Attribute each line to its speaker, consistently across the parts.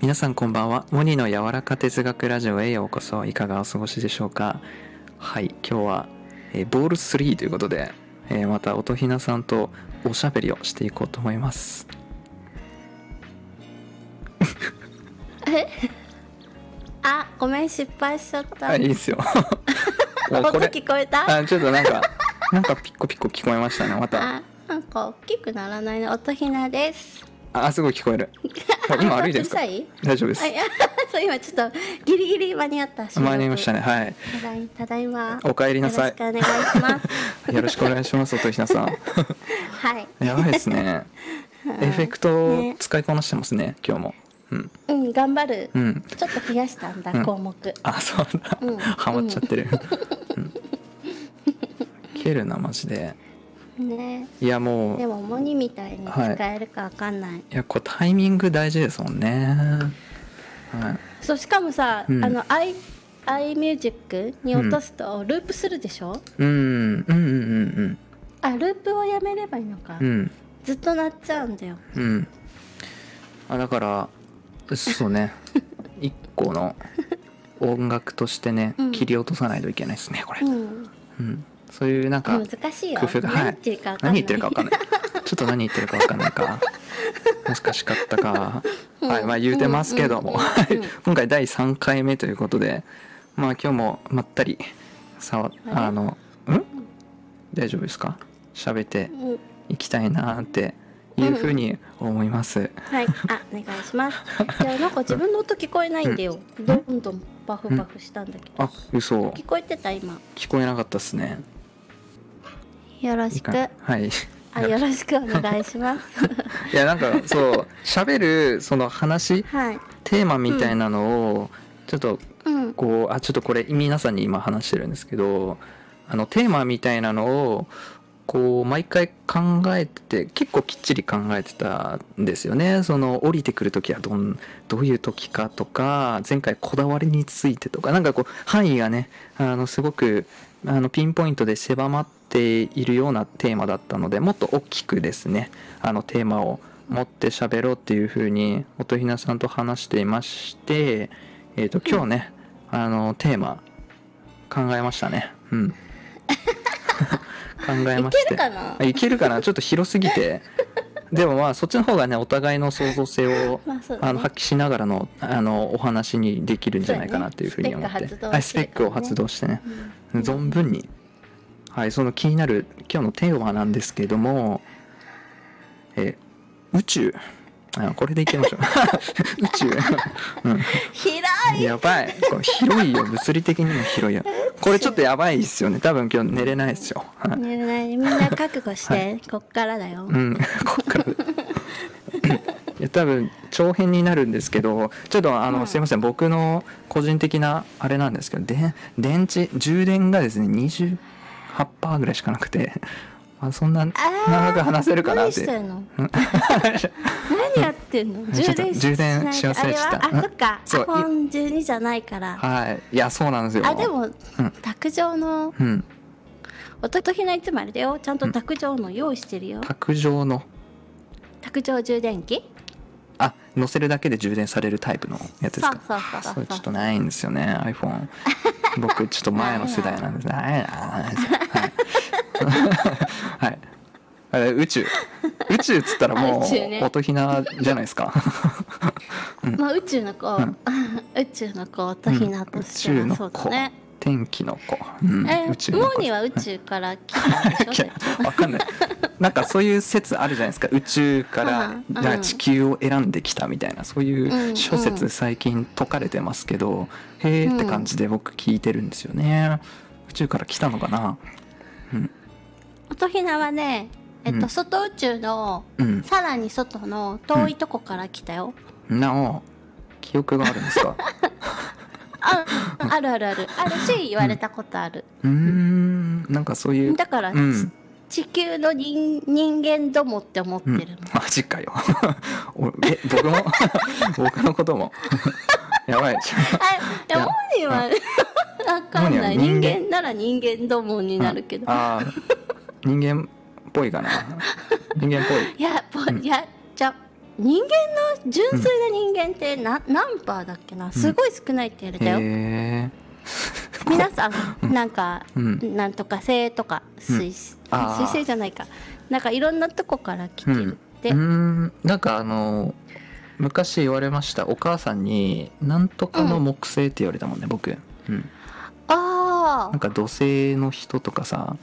Speaker 1: 皆さんこんばんはモニの柔らか哲学ラジオへようこそいかがお過ごしでしょうかはい今日は、えーボール3ということで、えーまた音ひなさんとおしゃべりをしていこうと思います
Speaker 2: あ、ごめん失敗しちゃった。
Speaker 1: あいい ですよもう
Speaker 2: 音
Speaker 1: これ
Speaker 2: 聞こえた？
Speaker 1: あちょっとなんかなんかピッコピコ聞こえましたねまた
Speaker 2: あ、なんか大きくならないね。音ひなです。
Speaker 1: あすごい聞こえ るあ今歩いてるんですか
Speaker 2: うるさい
Speaker 1: 大丈夫です
Speaker 2: あいや そう今ちょっとギリギリ間に合った。
Speaker 1: 間に合いました
Speaker 2: ね。
Speaker 1: ねはい
Speaker 2: ただいただいま。
Speaker 1: お帰りなさい
Speaker 2: よろしくお願いします。
Speaker 1: よろしくお願いします音ひなさん
Speaker 2: はい。
Speaker 1: やばいですね。エフェクトを
Speaker 2: ね
Speaker 1: 使いこなしてますね、今日も。うん。
Speaker 2: うん頑張る。
Speaker 1: うん。
Speaker 2: ちょっと増やしたんだ、
Speaker 1: うん
Speaker 2: 項目。
Speaker 1: あ、そうだ。
Speaker 2: うん
Speaker 1: ハマっちゃってる。うん。蹴るな、マジで。
Speaker 2: ね。
Speaker 1: いや、もう、
Speaker 2: で
Speaker 1: い
Speaker 2: も重にみたいに使えるかわかんない。
Speaker 1: や、こう、タイミング大事ですもんね。はい。
Speaker 2: そうしかもさ、
Speaker 1: うん
Speaker 2: あの i i ミュージックに落とすとループするでしょ？
Speaker 1: うん、うん、うん、
Speaker 2: あループをやめればいいのか。
Speaker 1: うん、うん。
Speaker 2: ずっと鳴っちゃうんだよ。
Speaker 1: うん。うん。あ、だから、そうね。一個の音楽としてね
Speaker 2: う、ん
Speaker 1: 切り落とさないといけないですね、これ
Speaker 2: う。ん。
Speaker 1: うん。そういう、なんか、
Speaker 2: 難しいよ。
Speaker 1: 工夫が
Speaker 2: 何言ってるかわかん
Speaker 1: 何
Speaker 2: な
Speaker 1: 言
Speaker 2: い。
Speaker 1: ってるか分かんないちょっと何言ってるか分かんないか難しかったか、
Speaker 2: うん
Speaker 1: はいまあ言うてますけども、
Speaker 2: うんうん
Speaker 1: はい
Speaker 2: うん
Speaker 1: 今回第3回目ということでまあ今日もまったりさわ
Speaker 2: あれ
Speaker 1: あのうん大丈夫ですか喋って
Speaker 2: うん
Speaker 1: いきたいなーっていうふうに思います、
Speaker 2: はい。あ、お願いします。いや、なんか自分の音聞こえないんだよ。どんどんバフバフしたんだけど。
Speaker 1: あ嘘
Speaker 2: 聞こえてた今。
Speaker 1: 聞こえなかったっすね
Speaker 2: よろ
Speaker 1: いい
Speaker 2: し
Speaker 1: か
Speaker 2: く。
Speaker 1: なはい
Speaker 2: あ、よろしくお願いします。
Speaker 1: いやなんかそう喋るその話
Speaker 2: はい。
Speaker 1: テーマみたいなのをちょっと
Speaker 2: うん。
Speaker 1: こうあちょっとこれ皆さんに今話してるんですけどあのテーマみたいなのをこう毎回考えてて結構きっちり考えてたんですよねその降りてくる時はどんどういう時かとか前回こだわりについてとかなんかこう範囲がねあのすごくあのピンポイントで狭まっているようなテーマだったのでもっと大きくですねあのテーマを持って喋ろうっていうふうに音ひなさんと話していまして、えー、と今日ね、あのテーマ考えましたねうん 考え
Speaker 2: い
Speaker 1: まし
Speaker 2: け
Speaker 1: て
Speaker 2: るかない
Speaker 1: けるかなちょっと広すぎ てでもまあそっちの方がねお互いの創造性を
Speaker 2: まあそうだね
Speaker 1: あの発揮しながらのあのお話にできるんじゃないかなというふうに思って、
Speaker 2: そうだね
Speaker 1: はいスペックを発動してね
Speaker 2: うん
Speaker 1: 存分にはいその気になる今日のテーマなんですけどもえ宇宙あこれでいきましょ う宇宙
Speaker 2: 広い。
Speaker 1: やばい。これ広いよ。物理的にも広いよ。これちょっとやばいですよね。多分今日寝れないですよ。はい
Speaker 2: ねねみんな覚悟して、こっからだよ。
Speaker 1: うん。 こっから。いや多分長編になるんですけどちょっとあの、
Speaker 2: うん
Speaker 1: すいません僕の個人的なあれなんですけどで電池充電がですね28%ぐらいしかなくて、まあ、そんな長く話せるかなっ
Speaker 2: 何
Speaker 1: て
Speaker 2: してんの？何やってんの？
Speaker 1: ちょ
Speaker 2: 充
Speaker 1: っと
Speaker 2: 電し
Speaker 1: 充電
Speaker 2: し
Speaker 1: し
Speaker 2: ない
Speaker 1: 忘れてた
Speaker 2: あれはあそっか。
Speaker 1: そう
Speaker 2: iPhone 十二じゃないから。
Speaker 1: はいいやそうなんですよ
Speaker 2: あでも、卓上の
Speaker 1: うん
Speaker 2: 音ひないつもあれだよちゃんと卓上の用意してるよ、
Speaker 1: 卓上の
Speaker 2: 卓上充電器
Speaker 1: あ乗せるだけで充電されるタイプのやつですか
Speaker 2: そうそうそうそう
Speaker 1: あれちょっとないんですよね iPhone 僕ちょっと前の世代なんですねはいはい、はい、あ宇宙宇宙っつったらも
Speaker 2: 宇宙ね
Speaker 1: う音ひなじゃないです か
Speaker 2: まあ宇宙の子、
Speaker 1: ん
Speaker 2: 宇宙の子とひなと
Speaker 1: 宇
Speaker 2: しては、
Speaker 1: 宙の
Speaker 2: そう
Speaker 1: 子、
Speaker 2: だね
Speaker 1: 天気の子、うん
Speaker 2: え
Speaker 1: 宇宙
Speaker 2: ー、
Speaker 1: の
Speaker 2: モ
Speaker 1: 子
Speaker 2: ーニーは宇宙から来たでしょ
Speaker 1: いやわかんない なんかそういう説あるじゃないですか宇宙から、
Speaker 2: うんうん
Speaker 1: だから地球を選んできたみたいなそういう諸
Speaker 2: うんう
Speaker 1: 説
Speaker 2: ん
Speaker 1: 最近解かれてますけど、へーって感じで僕聞いてるんですよね、宇宙から来たのかな
Speaker 2: 音ひなはねえっと、
Speaker 1: うん
Speaker 2: 外宇宙の
Speaker 1: うん
Speaker 2: さらに外の遠いとこから来たよ、
Speaker 1: なお記憶があるん ですか
Speaker 2: ああるあるあるあるし言われたことある、
Speaker 1: うーんなんかそういう
Speaker 2: だから、
Speaker 1: うん
Speaker 2: 地球の人人間どもって思って
Speaker 1: う
Speaker 2: る
Speaker 1: ん
Speaker 2: の、
Speaker 1: マジかよ おえ僕も 僕のことも やばい
Speaker 2: あい
Speaker 1: いや
Speaker 2: やモーニーはわかんない
Speaker 1: モーニーは人間
Speaker 2: 人間なら人間どもになるけど
Speaker 1: ああー人間っぽいかな人間っぽい
Speaker 2: いやぽいやじゃ人間の純粋な人間ってな、何パーだっけなすごい少ないって言われたよ、
Speaker 1: へえ
Speaker 2: 皆さんなんか、
Speaker 1: うん
Speaker 2: なんとか性とか水
Speaker 1: あー
Speaker 2: 水性じゃないかなんかいろんなとこから来てるって、
Speaker 1: うーんなんかあの昔言われましたお母さんに「なんとかの木星」って言われたもんね、僕、うん、
Speaker 2: あ
Speaker 1: なんか土星の人とかさ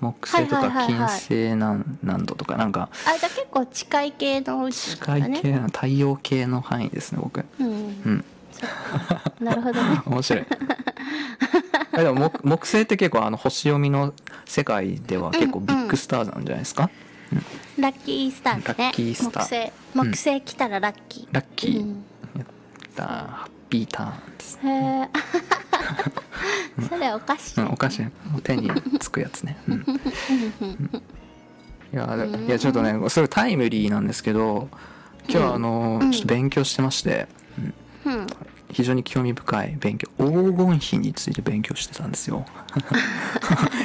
Speaker 1: 木星と
Speaker 2: はい
Speaker 1: か
Speaker 2: はいはい
Speaker 1: 金
Speaker 2: はい
Speaker 1: 星なん何度とかなんか
Speaker 2: ああじゃあ結構近い系の宇宙と
Speaker 1: 近
Speaker 2: か
Speaker 1: い
Speaker 2: ね
Speaker 1: 系な太陽系の範囲ですね僕
Speaker 2: うん、
Speaker 1: ん
Speaker 2: そっかなるほどね
Speaker 1: 面白いあでも木木星って結構あの星読みの世界では結構ビッグスターなんじゃないですか、
Speaker 2: ラッキースターだね
Speaker 1: ラッキースター
Speaker 2: 木星木星来たらラッキー、
Speaker 1: ラッキー、
Speaker 2: うん
Speaker 1: だハッピーターンです、
Speaker 2: へ えそれおかしい、
Speaker 1: うん、お菓子もう手につくやつね、うん、いやだいやちょっとねすごいタイムリーなんですけど今日はあの、
Speaker 2: うん
Speaker 1: ちょっと勉強してまして、うん
Speaker 2: うん、
Speaker 1: 非常に興味深い勉強黄金比について勉強してたんです よ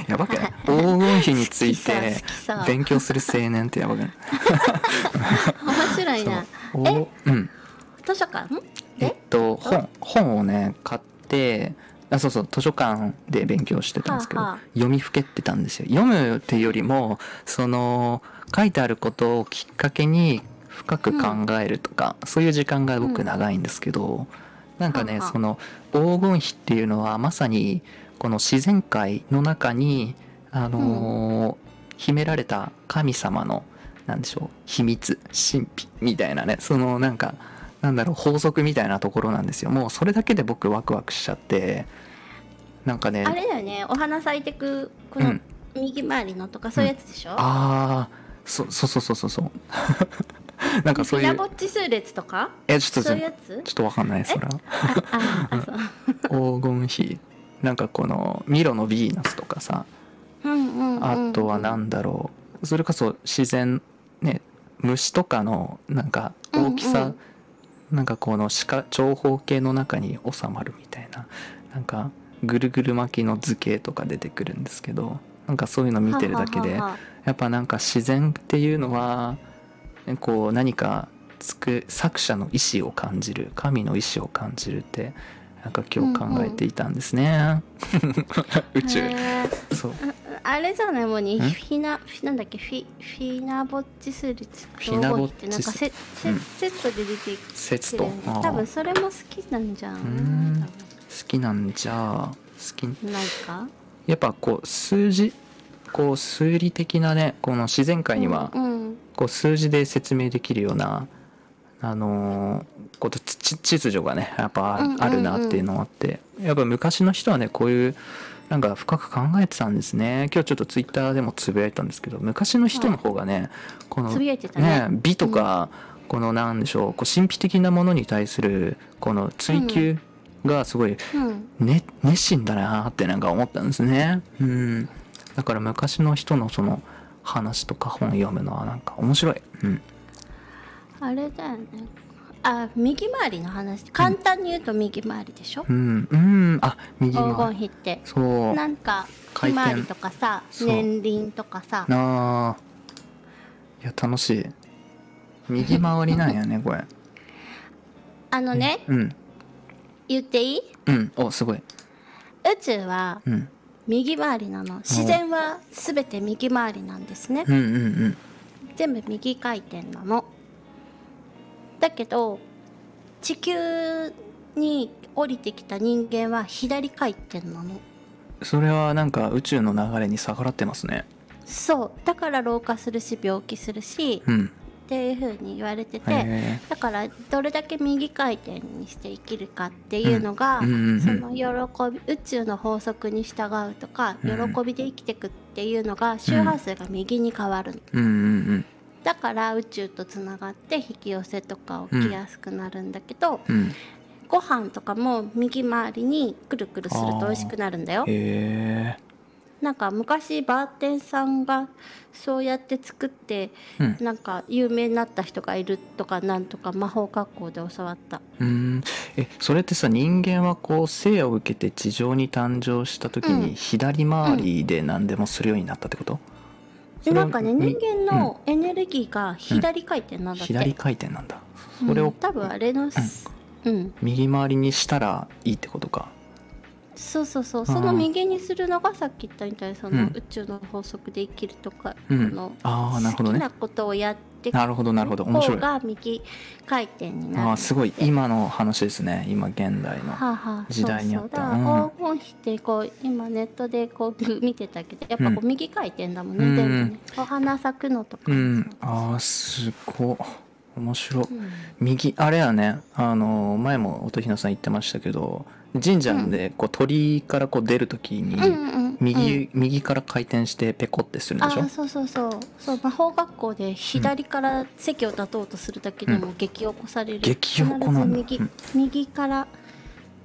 Speaker 1: やばくない黄金比につい
Speaker 2: 好
Speaker 1: て
Speaker 2: きそう好きそう
Speaker 1: 勉強する青年ってやばくない
Speaker 2: 面白いな
Speaker 1: そうおうん
Speaker 2: 図書館
Speaker 1: えっ
Speaker 2: で
Speaker 1: と本本をね買ってあそうそう図書館で勉強してたんですけど、
Speaker 2: はあはあ
Speaker 1: 読みふけってたんですよ読むっていうよりもその書いてあることをきっかけに深く考えるとか、そういう時間が僕長いんですけど、なんかね、
Speaker 2: はあはあ
Speaker 1: その黄金比っていうのはまさにこの自然界の中にあのー秘められた神様のなんでしょう秘密神秘みたいなねそのなんかなんだろう法則みたいなところなんですよもうそれだけで僕ワクワクしちゃってなんかね
Speaker 2: あれだよねお花咲いてくこ
Speaker 1: う
Speaker 2: の
Speaker 1: ん
Speaker 2: 右回りのとかそういうやつでしょ、
Speaker 1: ああそそうそうそうそうそう なんかそう
Speaker 2: フ
Speaker 1: い
Speaker 2: ラ
Speaker 1: う
Speaker 2: ボッチ数列とか
Speaker 1: えちょっと
Speaker 2: そ
Speaker 1: ち
Speaker 2: う
Speaker 1: ょ
Speaker 2: いうや
Speaker 1: ち
Speaker 2: つ
Speaker 1: ょっとわかんないそれは
Speaker 2: あああそう
Speaker 1: 黄金比なんかこのミロのヴィーナスとかさ
Speaker 2: うんうんうん
Speaker 1: あとはなんだろうそれこそ自然ね虫とかのなんか大きさ、
Speaker 2: うんうん
Speaker 1: なんかこの四角長方形の中に収まるみたいななんかぐるぐる巻きの図形とか出てくるんですけどなんかそういうの見てるだけで
Speaker 2: はははは
Speaker 1: やっぱなんか自然っていうのはこう何かつく作者の意志を感じる神の意志を感じるってなんか今日考えていたんですね、 宇宙、
Speaker 2: へー
Speaker 1: そう
Speaker 2: あれじゃないもうに
Speaker 1: ん
Speaker 2: フィナフィなんだっけフィフィナボッチ数列と
Speaker 1: フィナボッチ
Speaker 2: ってなんかセセ
Speaker 1: うん
Speaker 2: セットで出てき
Speaker 1: 説
Speaker 2: てる
Speaker 1: と
Speaker 2: よね
Speaker 1: あー
Speaker 2: 多分それも好きなんじゃ
Speaker 1: うん
Speaker 2: ん
Speaker 1: 好きなんじゃ好き
Speaker 2: 多分ないか
Speaker 1: やっぱこう数字こう数理的なねこの自然界には
Speaker 2: うん
Speaker 1: こう数字で説明できるようなあのーことちち秩序がねやっぱあ
Speaker 2: うんうんうん
Speaker 1: あるなっていうのがあってやっぱ昔の人はねこういうなんか深く考えてたんですね今日ちょっとツイッターでもつぶやいたんですけど昔の人の方がねこの
Speaker 2: つぶやいてた
Speaker 1: ね
Speaker 2: ね
Speaker 1: 美とか、このなんでしょうこう神秘的なものに対するこの追求がすごい
Speaker 2: うん
Speaker 1: ね、熱心だなってなんか思ったんですね。うん。だから昔の人のその話とか本読むのはなんか面白い。うん。
Speaker 2: あれだよねあ右回りの話簡単に言うと右回りでしょ
Speaker 1: うん。うん。あ、右
Speaker 2: 黄金
Speaker 1: の。
Speaker 2: 比って
Speaker 1: そう。
Speaker 2: なんか
Speaker 1: 回
Speaker 2: ひ
Speaker 1: 転
Speaker 2: まわりとかさ
Speaker 1: そう
Speaker 2: 年輪とかさ
Speaker 1: なあ。いや、楽しい。右回りなんやね、これ。
Speaker 2: あのね
Speaker 1: うん。
Speaker 2: 言っていい
Speaker 1: うん。お、すごい。
Speaker 2: 宇宙は
Speaker 1: うん。
Speaker 2: 右回りなの自然は全て右回りなんですね
Speaker 1: うんうんうん。
Speaker 2: 全部右回転なのだけど地球に降りてきた人間は左回転なの
Speaker 1: それはなんか宇宙の流れに逆らってますね。
Speaker 2: そうだから老化するし病気するし
Speaker 1: うん。
Speaker 2: っていう風に言われてて、
Speaker 1: へ
Speaker 2: だからどれだけ右回転にして生きるかっていうのが、
Speaker 1: うんうんうん
Speaker 2: その喜び宇宙の法則に従うとか、
Speaker 1: うん
Speaker 2: 喜びで生きていくっていうのが周波数が右に変わるの、
Speaker 1: え。うんうん
Speaker 2: だから宇宙とつながって引き寄せとか起きやすくなるんだけど、
Speaker 1: うん。うん。
Speaker 2: ご飯とかも右回りにくるくるすると美味しくなるんだよ
Speaker 1: へ。え。
Speaker 2: なんか昔バーテンさんがそうやって作って
Speaker 1: うん。
Speaker 2: なんか有名になった人がいるとかなんとか魔法学校で教わった。
Speaker 1: うーんえそれってさ人間はこう生を受けて地上に誕生した時
Speaker 2: うん
Speaker 1: に左回りで何でもするようになったってこと、それ
Speaker 2: な
Speaker 1: は
Speaker 2: んかね
Speaker 1: うん
Speaker 2: 人間のエネルギーが左回転なんだって、
Speaker 1: 左回転なんだ
Speaker 2: うん
Speaker 1: それを
Speaker 2: 多分あれのす、うん
Speaker 1: 右回りにしたらいいってことか
Speaker 2: そうそうそう
Speaker 1: ー
Speaker 2: その右にするのがさっき言ったみたいにその
Speaker 1: うん
Speaker 2: 宇宙の法則で生きるとか、
Speaker 1: うん
Speaker 2: あの
Speaker 1: ああなるほど
Speaker 2: 好き
Speaker 1: ね
Speaker 2: なことをやって
Speaker 1: なるほどなるほど面白
Speaker 2: 方
Speaker 1: い
Speaker 2: が右回転になる
Speaker 1: ああすごい
Speaker 2: は
Speaker 1: 今の話ですね今現代の
Speaker 2: あはあ
Speaker 1: 時代にあった
Speaker 2: そうそうだから黄金比ってこう今ネットでこうぐ見てたけどやっぱこ
Speaker 1: う
Speaker 2: う右回転だもんね、
Speaker 1: うん
Speaker 2: 全部ねお花咲くのとか
Speaker 1: う
Speaker 2: も
Speaker 1: んああすごい面白い
Speaker 2: そううん
Speaker 1: 右あれやねあの前も音ひなさん言ってましたけど神社でこう鳥居からこう出るときに、
Speaker 2: うんうんうん
Speaker 1: 右右から回転してペコってするん
Speaker 2: あ
Speaker 1: でしょ
Speaker 2: ーそうそうそうそう魔法学校で左から席を立とうとするだけでも激起こされる、
Speaker 1: 激おこなんだ
Speaker 2: 必ず
Speaker 1: うん
Speaker 2: 右右から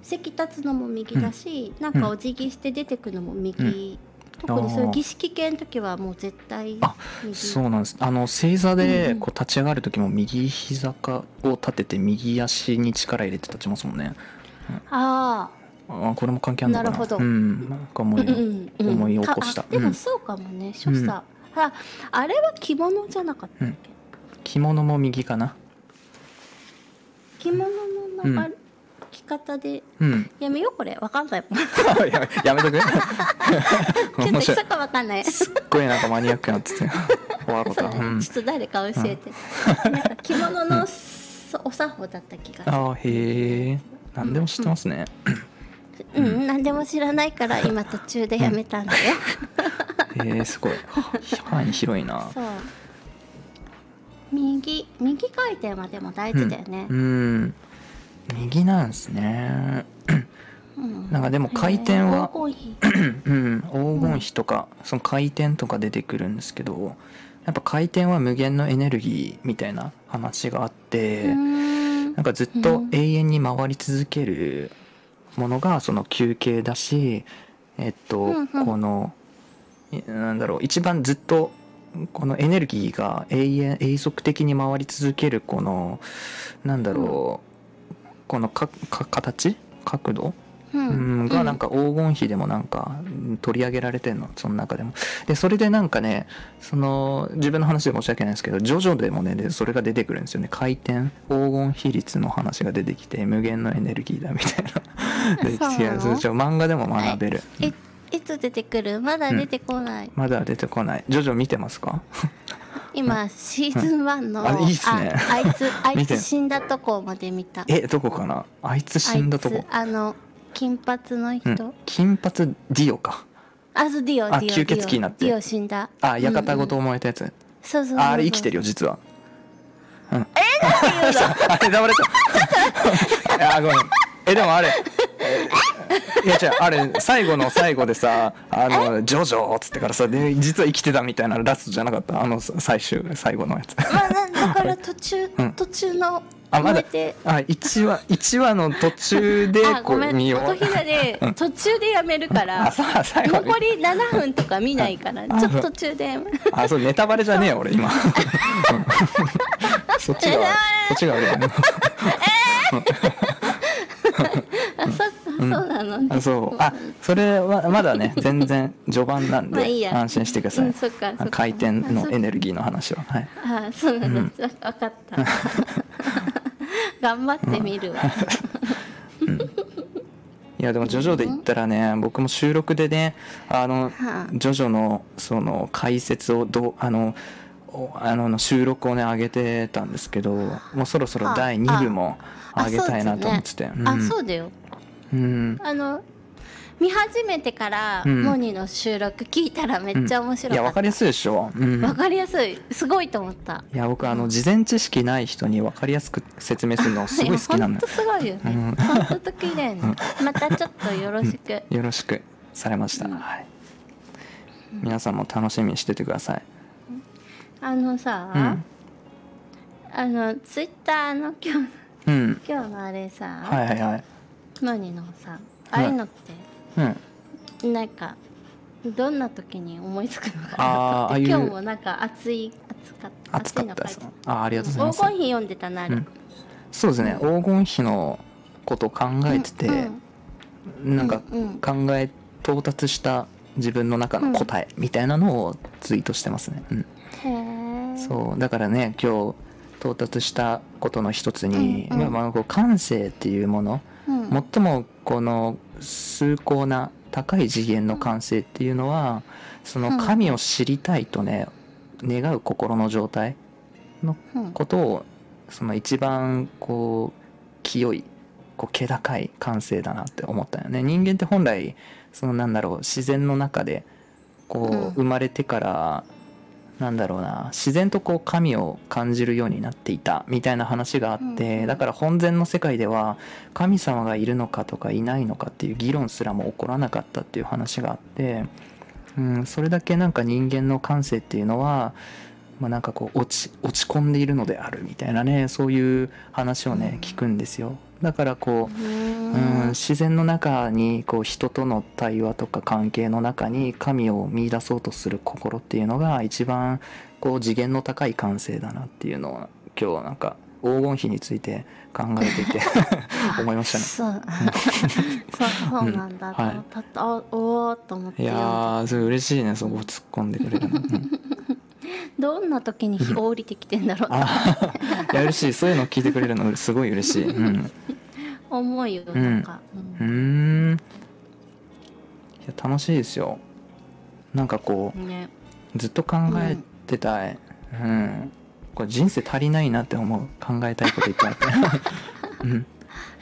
Speaker 2: 席立つのも右だし、なんかお辞儀して出てくのも右、特にそうい
Speaker 1: あー
Speaker 2: う儀式系の時はもう絶対
Speaker 1: あ
Speaker 2: 右
Speaker 1: そうなんですあの正座
Speaker 2: うんう
Speaker 1: で
Speaker 2: ん
Speaker 1: こう立ち上がる時も右膝かを立てて右足に力入れて立ちますもんねあ
Speaker 2: あ
Speaker 1: これも関係あるのかな
Speaker 2: なるほど
Speaker 1: うんなんかもう
Speaker 2: ーうんうんうん
Speaker 1: 思い起こした
Speaker 2: かあで
Speaker 1: うん
Speaker 2: もそうかもね所作、ああれは着物じゃなかったっけ、
Speaker 1: うん着物も右かな
Speaker 2: 着物の流れ、
Speaker 1: う
Speaker 2: 着方で
Speaker 1: うん
Speaker 2: やめようこれわかんないもんち
Speaker 1: やや めとく
Speaker 2: ょ
Speaker 1: 面
Speaker 2: っ
Speaker 1: 白
Speaker 2: と
Speaker 1: い
Speaker 2: さかわかんない
Speaker 1: すっごいなんかマニアックになってて 終わろう
Speaker 2: そ
Speaker 1: か、
Speaker 2: う
Speaker 1: う
Speaker 2: だね
Speaker 1: ん
Speaker 2: ちょっと誰か教えて、なんか着物のそお作法だった気がする
Speaker 1: あへえ何でも知ってます ね、
Speaker 2: うん、うん何でも知らないから今途中でやめたんだよ、
Speaker 1: へえすごい範囲広いな
Speaker 2: そう右右回転はでも大事だよね
Speaker 1: う、ん右なんですね
Speaker 2: うん
Speaker 1: なんかでも回転は
Speaker 2: へー黄金比
Speaker 1: うん、黄金比とか、その回転とか出てくるんですけどやっぱ回転は無限のエネルギーみたいな話があって、
Speaker 2: うーん
Speaker 1: なんかずっ
Speaker 2: う
Speaker 1: と
Speaker 2: ん
Speaker 1: 永遠に回り続けるものがその球形だしえっと、
Speaker 2: うんうん
Speaker 1: このいなんだろう一番ずっとこのエネルギーが永遠永続的に回り続けるこのなんだろう、このかか形角度
Speaker 2: うん
Speaker 1: うん、がなん
Speaker 2: か
Speaker 1: か黄金比でもなんかうん取り上げられてんのその中でもでそれでなんかねその自分の話で申し訳ないですけどジョジョでもねでそれが出てくるんですよね回転黄金比率の話が出てきて無限のエネルギーだみたいな で
Speaker 2: そうなの
Speaker 1: いやそう漫画でも学べる、
Speaker 2: えいつ出てくるまだ出てこない、
Speaker 1: まだ出てこないジョジョ見てますか
Speaker 2: 今シーズン1の、
Speaker 1: あいいっすね
Speaker 2: ああい つあい
Speaker 1: 見て
Speaker 2: つ死んだとこまで見た
Speaker 1: えどこかなあいつ死んだとこ
Speaker 2: あいつあの金髪の
Speaker 1: う
Speaker 2: 人、
Speaker 1: ん、金髪ディオか
Speaker 2: あそうディオディ
Speaker 1: あ
Speaker 2: オ
Speaker 1: 吸血鬼
Speaker 2: ディオ
Speaker 1: になって
Speaker 2: ディオ死んだ
Speaker 1: あ館ごと燃えたやつ、
Speaker 2: そうそうそうそう
Speaker 1: ああれ生きてるよ実は
Speaker 2: っていうの
Speaker 1: あれダメだった。 あごめん。えでもあれ。えいや違うあれ最後の最後でさ「あのジョジョ」っつってからさで実は生きてたみたいなラストじゃなかったあのさ最終最後のやつ
Speaker 2: まあな だから途中、
Speaker 1: うん
Speaker 2: 途中の
Speaker 1: あまだ
Speaker 2: えて
Speaker 1: あ1話一話の途中で
Speaker 2: あ
Speaker 1: こ
Speaker 2: ごめ
Speaker 1: うん見よ
Speaker 2: 音
Speaker 1: う
Speaker 2: ひなで
Speaker 1: うん
Speaker 2: 途中でやめるか
Speaker 1: あ
Speaker 2: ら
Speaker 1: さあ最後に
Speaker 2: 残り7分とか見ないから
Speaker 1: あ
Speaker 2: ちょっと途中で
Speaker 1: あそうネタバレじゃねえよ 俺今うんそっちがそっちが悪いよね
Speaker 2: あそっかそうなのね
Speaker 1: あそうあそれはまだ ね全然序盤なん
Speaker 2: まあい
Speaker 1: で
Speaker 2: いや
Speaker 1: 安心してくださ
Speaker 2: う
Speaker 1: い
Speaker 2: んそっかそっか
Speaker 1: 回転
Speaker 2: あそ
Speaker 1: の
Speaker 2: っ
Speaker 1: エネルギーの話ははい
Speaker 2: あそうなの、
Speaker 1: うん
Speaker 2: 分かった 頑張ってみるわ、
Speaker 1: いやでもジョジョで言ったらね、僕も収録でねあの
Speaker 2: はあ
Speaker 1: ジョジョのその解説をどうあのおあの収録をね上げてたんですけどもうそろそろ第2部も
Speaker 2: あ
Speaker 1: 上げたいなと思ってて
Speaker 2: そうですねあそうだよ
Speaker 1: うん、うん
Speaker 2: あの見始めてから、
Speaker 1: うん
Speaker 2: モニの収録聞いたらめっちゃ面白かった、
Speaker 1: いや分かりやすいでしょ、うん、
Speaker 2: わかりやすいすごいと思った
Speaker 1: いや僕あの事前知識ない人に分かりやすく説明するのすごい好きなの
Speaker 2: 本当すごいよね、
Speaker 1: う
Speaker 2: ほ
Speaker 1: ん
Speaker 2: ん、本当と綺麗ねまたちょっとよろしく
Speaker 1: よろしくされました、
Speaker 2: うん
Speaker 1: はい皆さんも楽しみにしててください、
Speaker 2: あのさ、
Speaker 1: うん
Speaker 2: あのツイッターの今日
Speaker 1: うん、
Speaker 2: 今日のあれさ、
Speaker 1: はいはいはい
Speaker 2: のにのさあ
Speaker 1: はい
Speaker 2: あいうのっ
Speaker 1: うん
Speaker 2: てなんかどんな時に思いつくのかな
Speaker 1: あー
Speaker 2: と
Speaker 1: ああ
Speaker 2: 思っ
Speaker 1: いう
Speaker 2: て今日もなんか暑い暑かった
Speaker 1: 暑かったです
Speaker 2: 暑いの書いて
Speaker 1: あありがとうござい
Speaker 2: た
Speaker 1: ま
Speaker 2: 黄
Speaker 1: す
Speaker 2: 金比読んでたなあれ、
Speaker 1: うんそうですね黄金比のことを考えてて、
Speaker 2: うん
Speaker 1: なんか
Speaker 2: うん
Speaker 1: 考え到達した自分の中の答えみたいなのをツイートしてますね。うん
Speaker 2: へえ
Speaker 1: そうだからね今日到達したことの一つに、
Speaker 2: うんうん
Speaker 1: まあまあこう感性っていうもの、
Speaker 2: うん、
Speaker 1: 最もこの崇高な高い次元の感性っていうのはその神を知りたいとね願う心の状態
Speaker 2: うん
Speaker 1: ことをその一番こう清いこう気高い感性だなって思ったよね人間って本来そのなんだろう自然の中で
Speaker 2: う
Speaker 1: こ
Speaker 2: ん
Speaker 1: う生まれてから、なんだろうな自然とこう神を感じるようになっていたみたいな話があって、
Speaker 2: うんうん
Speaker 1: だから本然の世界では神様がいるのかとかいないのかっていう議論すらも起こらなかったっていう話があって、うん、それだけなんか人間の感性っていうのは、まあ、なんかこう落ち落ち込んでいるのであるみたいなねそういう話をね、
Speaker 2: うん
Speaker 1: 聞くんですよ。だからこう
Speaker 2: うー
Speaker 1: うん
Speaker 2: ん
Speaker 1: 自然の中にこう人との対話とか関係の中に神を見出そうとする心っていうのが一番こう次元の高い感性だなっていうのを今日なんか黄金比について考えてい て思いましたね。
Speaker 2: そうそうそうなんだと思った、あおおーっと思っ
Speaker 1: い
Speaker 2: て
Speaker 1: やーそれ嬉しいねそこ突っ込んでくれるの、うん
Speaker 2: どんな時に日降りてきてんだろうって
Speaker 1: あーいや嬉しいそういうの聞いてくれるのすごい嬉しい、うん、
Speaker 2: 思うよ
Speaker 1: うん
Speaker 2: なんか、う
Speaker 1: うー
Speaker 2: ん
Speaker 1: んいや楽しいですよなんかこう、
Speaker 2: ね
Speaker 1: ずっと考えてたい、うんこれ人生足りないなって思う考えたいこといっぱいあって、う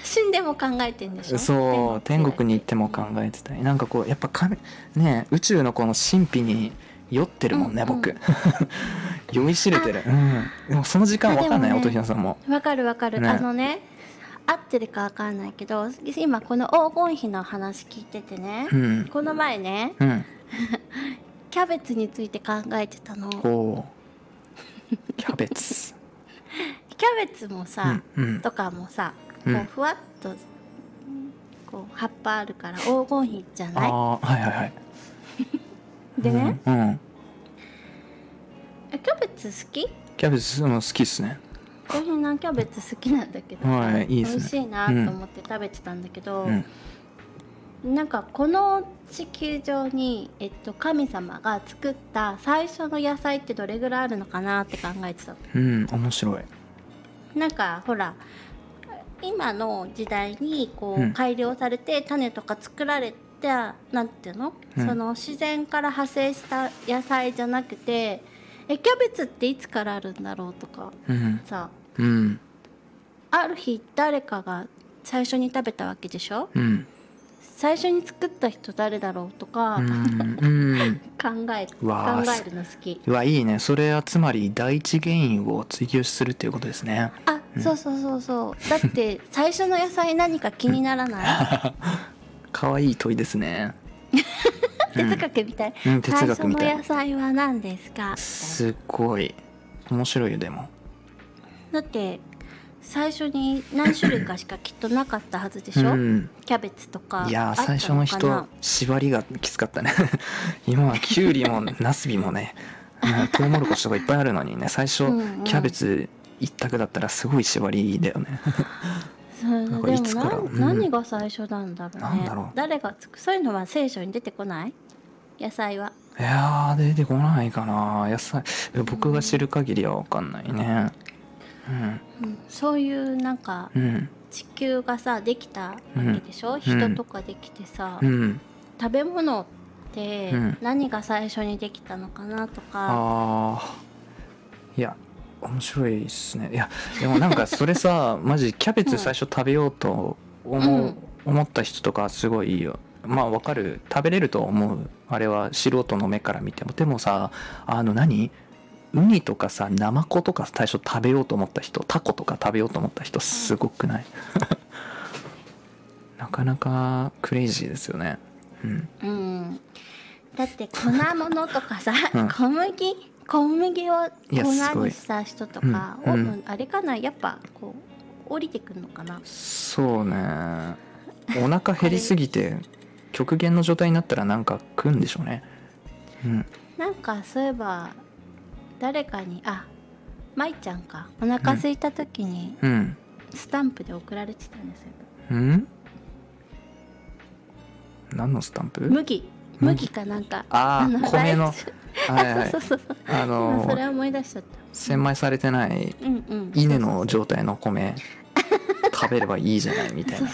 Speaker 2: 死んでも考えてんでし ょ
Speaker 1: ん、そう天国に行っても考えてたいなんかこうやっぱ神ねえ宇宙のこの神秘に酔ってるもんね、
Speaker 2: うんうん
Speaker 1: 僕 酔いしれてる、うん、でもその時間わかんない
Speaker 2: あでもね
Speaker 1: 音ひなさんも
Speaker 2: わかるわかる、
Speaker 1: ね
Speaker 2: あのね合ってるかわかんないけど今この黄金比の話聞いててね
Speaker 1: う、ん
Speaker 2: この前ね
Speaker 1: うん
Speaker 2: キャベツについて考えてたのキャ
Speaker 1: おー キャベツ
Speaker 2: ベツも
Speaker 1: う
Speaker 2: さ
Speaker 1: ん、うん
Speaker 2: とかもさ
Speaker 1: う
Speaker 2: こ
Speaker 1: ん
Speaker 2: うふわっとこう葉っぱあるから黄金比じゃな
Speaker 1: あ
Speaker 2: い
Speaker 1: あはいはいはい
Speaker 2: でね、
Speaker 1: うんうん、
Speaker 2: えキャベツ好き
Speaker 1: キャベツも好きっすね
Speaker 2: 私なキャベツ好きなんだけどさ、
Speaker 1: はいいいですね
Speaker 2: 美味しいなと思って食べてたんだけど、
Speaker 1: うん
Speaker 2: なんかこの地球上に、えっと、神様が作った最初の野菜ってどれぐらいあるのかなって考えてたの
Speaker 1: うん面白い
Speaker 2: なんかほら今の時代にこ
Speaker 1: うん
Speaker 2: う改良されて種とか作られた、なんていうの、
Speaker 1: うん
Speaker 2: その自然から派生した野菜じゃなくてえキャベツっていつからあるんだろうとか
Speaker 1: うん
Speaker 2: さ
Speaker 1: うん
Speaker 2: ある日誰かが最初に食べたわけでしょ
Speaker 1: うん
Speaker 2: 最初に作った人誰だろうとか、
Speaker 1: うんうん
Speaker 2: 考え考
Speaker 1: うわー
Speaker 2: えるの好き
Speaker 1: うわいいねそれはつまり第一原因を追求するっていうことですね
Speaker 2: あ、
Speaker 1: うん
Speaker 2: そうそうそう そうだって最初の野菜何か気にならない
Speaker 1: 可愛い問いです ね
Speaker 2: 哲学み たい、
Speaker 1: うん、うん、哲
Speaker 2: 最
Speaker 1: 学
Speaker 2: 初の
Speaker 1: みたい
Speaker 2: 野菜は何ですか
Speaker 1: すっごい面白いよでも
Speaker 2: だって最初に何種類かしかきっとなかったはずでしょ、
Speaker 1: うん、
Speaker 2: キャベツとか
Speaker 1: いや
Speaker 2: あ
Speaker 1: ー
Speaker 2: ったか
Speaker 1: 最
Speaker 2: な
Speaker 1: 初の人縛りがきつか ったね今はキュウリもナスビもね、うん、トウモロコシとかいっぱいあるのにね最初
Speaker 2: うんうん
Speaker 1: キャベツ一択だったらすごい縛りだよね
Speaker 2: そうで
Speaker 1: なん
Speaker 2: も
Speaker 1: かいつから
Speaker 2: な
Speaker 1: うん
Speaker 2: 何が最初なんだろうね
Speaker 1: なんだろう
Speaker 2: 誰がつくそういうのは聖書に出てこない野菜はい
Speaker 1: やー出てこないかな野菜僕が知る限りは分かんないね
Speaker 2: うんそういうなんか
Speaker 1: うんうん
Speaker 2: 地球がさできたわけでしょ、人とかできてさ、
Speaker 1: うん、
Speaker 2: 食べ物って
Speaker 1: うん
Speaker 2: 何が最初にできたのかなとか、
Speaker 1: あーいや面白いっすねいやでもなんかそれさ マジキャベツ最初食べようと思う、
Speaker 2: うん
Speaker 1: 思った人とかすごいいいよまあわかる食べれると思うあれは素人の目から見てもでもさあの何ウニとかさナマコとか最初食べようと思った人タコとか食べようと思った人すごくない なかなかクレイジーですよねうん
Speaker 2: うん、だって粉物とかさ、
Speaker 1: うん
Speaker 2: 小麦小麦を
Speaker 1: いやす
Speaker 2: 粉
Speaker 1: ごい
Speaker 2: にした人とか、
Speaker 1: うん
Speaker 2: オー
Speaker 1: う
Speaker 2: ブンあれかなやっぱこう降りてくるのかな
Speaker 1: そう ねお腹減りすぎて極限の状態になったらなんか食うんでしょうねうん
Speaker 2: なんかそういえば誰かにあ舞ちゃんかお腹空いた時に
Speaker 1: うん
Speaker 2: スタンプで送られてたんですよ、
Speaker 1: うん何のスタンプ
Speaker 2: 麦麦かなんか
Speaker 1: ああ米のはいは
Speaker 2: あ
Speaker 1: い
Speaker 2: そうそうそうそう
Speaker 1: あ
Speaker 2: 今そ
Speaker 1: の
Speaker 2: れ思い出しちゃった
Speaker 1: 千枚されてない
Speaker 2: うんうん
Speaker 1: 稲の状態の 米食べればいいじゃないみたいな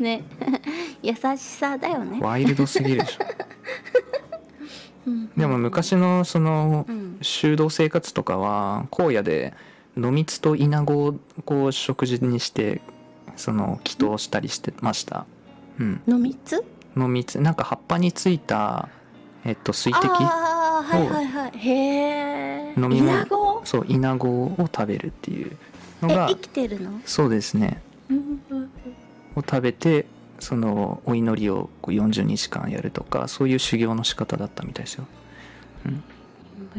Speaker 2: ね 優しさだよね
Speaker 1: ワイルドすぎるでしょ
Speaker 2: うん
Speaker 1: でも昔のその
Speaker 2: うん
Speaker 1: 修道生活とかは荒野で野蜜とイナゴをこう食事にしてその祈祷したりしてましたうん
Speaker 2: のみつ
Speaker 1: 野蜜なんか葉っぱについたえっと水滴
Speaker 2: ああはいはいはいへえ
Speaker 1: 飲み物
Speaker 2: イナゴ
Speaker 1: そうイナゴを食べるっていうの
Speaker 2: え
Speaker 1: が
Speaker 2: 生きてるの
Speaker 1: そうですね
Speaker 2: うんうん
Speaker 1: を食べてそのお祈りをこう40日間やるとかそういう修行の仕方だったみたいですよ
Speaker 2: うん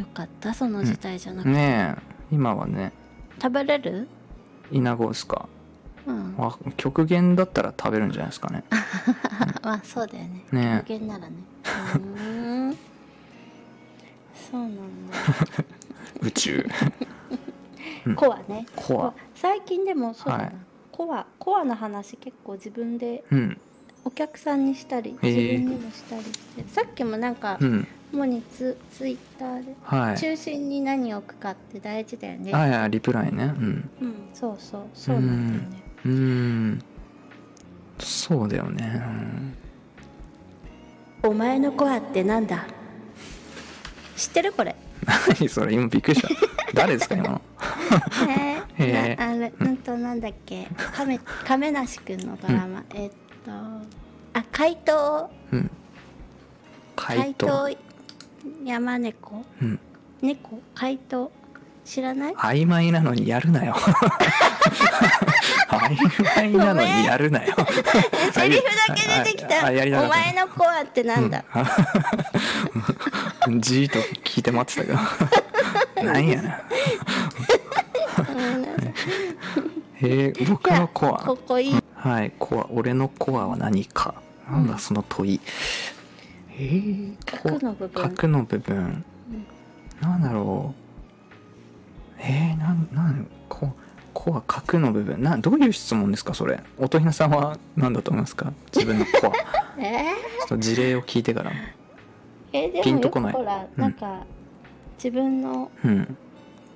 Speaker 2: よかったその時代じゃなくて、
Speaker 1: ねえ今はね
Speaker 2: 食べれる
Speaker 1: イナゴですか
Speaker 2: うん
Speaker 1: あ極限だったら食べるんじゃないですかね
Speaker 2: まあそうだよね
Speaker 1: ね
Speaker 2: 人間ならねうーんそうなんだ
Speaker 1: 宇宙
Speaker 2: コアね
Speaker 1: コア
Speaker 2: 最近でもそうだな、
Speaker 1: はい
Speaker 2: コアコアの話結構自分で
Speaker 1: うん
Speaker 2: お客さんにしたり
Speaker 1: え
Speaker 2: 自
Speaker 1: ー
Speaker 2: 分にもしたりして、さっきもなんか、
Speaker 1: うん
Speaker 2: もにツツイッターで、
Speaker 1: はい
Speaker 2: 中心に何を置くかって大事だよね、
Speaker 1: はいはいリプライねうん
Speaker 2: うんそうそうそうなんだよね
Speaker 1: うーんそうだよねうん
Speaker 2: お前のコアってなんだ知ってるこれ
Speaker 1: 何それ今びっくり した誰ですか今の
Speaker 2: ね
Speaker 1: へー
Speaker 2: なあれうんとなんだっけ亀亀梨くんのドラマ、えっとあ怪盗
Speaker 1: うん
Speaker 2: 怪
Speaker 1: 回答
Speaker 2: 盗山猫
Speaker 1: うん
Speaker 2: 猫怪盗知らない
Speaker 1: 曖昧なのにやる なよ曖昧なのにやるなよ
Speaker 2: セリフだけ出てきた
Speaker 1: あやりなか
Speaker 2: お
Speaker 1: った
Speaker 2: 前のコアってなんだ、
Speaker 1: じーっと聞いて待ってた けどなんやな
Speaker 2: ごめんなさい
Speaker 1: へえ僕
Speaker 2: じゃ
Speaker 1: の
Speaker 2: あ
Speaker 1: コア
Speaker 2: ここいい
Speaker 1: はいコア俺のコアは何かなんだその問い、
Speaker 2: 角の部分
Speaker 1: 角の部分、なんだろうえー、なんなんこコア角の部分などういう質問ですかそれ音ひなさんは何だと思いますか自分のコ アちょ
Speaker 2: え
Speaker 1: っと事例を聞いてから
Speaker 2: ー、えーで
Speaker 1: ピン
Speaker 2: も
Speaker 1: と
Speaker 2: よ
Speaker 1: こ
Speaker 2: く
Speaker 1: ない
Speaker 2: ほら
Speaker 1: うん
Speaker 2: なんか自分の
Speaker 1: うん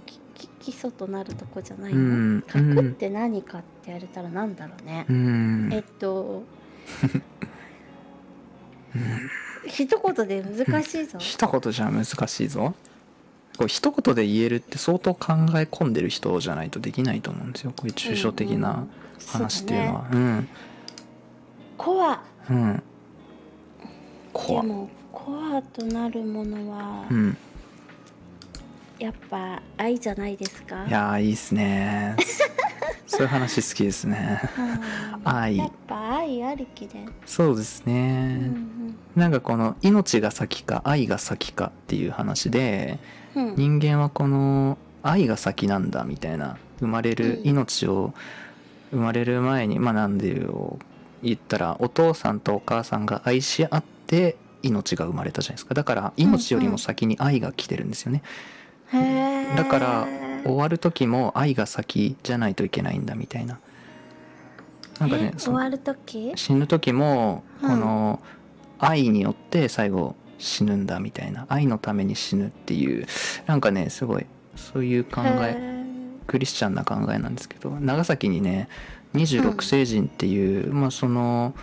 Speaker 2: きき基礎となるとこじゃないうの、
Speaker 1: んう
Speaker 2: 核っ
Speaker 1: ん
Speaker 2: て何かって言われたらなんだろうね
Speaker 1: う、ん
Speaker 2: えっと一言で難しいぞ、
Speaker 1: 一言じゃ難しいぞこれ一言で言えるって相当考え込んでる人じゃないとできないと思うんですよこういう抽象的な話っていうのはうん
Speaker 2: コア
Speaker 1: うん
Speaker 2: で
Speaker 1: 怖っ
Speaker 2: もコアとなるものは、
Speaker 1: うん
Speaker 2: やっぱ愛じゃないですか
Speaker 1: いやーいいっすね そういう話好きですね
Speaker 2: うん
Speaker 1: 愛
Speaker 2: やっぱ愛ありきで、
Speaker 1: そうです
Speaker 2: うんう
Speaker 1: ね
Speaker 2: ん
Speaker 1: なんかこの命が先か愛が先かっていう話で
Speaker 2: うん
Speaker 1: 人間はこの愛が先なんだみたいな生まれる
Speaker 2: うん
Speaker 1: 命を生まれる前にまあなんでよ言ったらお父さんとお母さんが愛し合って命が生まれたじゃないですかだから命よりも先に愛が来てるんですよね
Speaker 2: へー
Speaker 1: だから終わる時も愛が先じゃないといけないんだみたいななんかね
Speaker 2: え
Speaker 1: そ
Speaker 2: 終
Speaker 1: の
Speaker 2: わる時
Speaker 1: 死ぬ時も
Speaker 2: うん
Speaker 1: この愛によって最後死ぬんだみたいな愛のために死ぬっていうなんかねすごいそういう考
Speaker 2: へ
Speaker 1: え
Speaker 2: ー
Speaker 1: クリスチャンな考えなんですけど長崎にね
Speaker 2: うん
Speaker 1: 26聖人っていう、まあその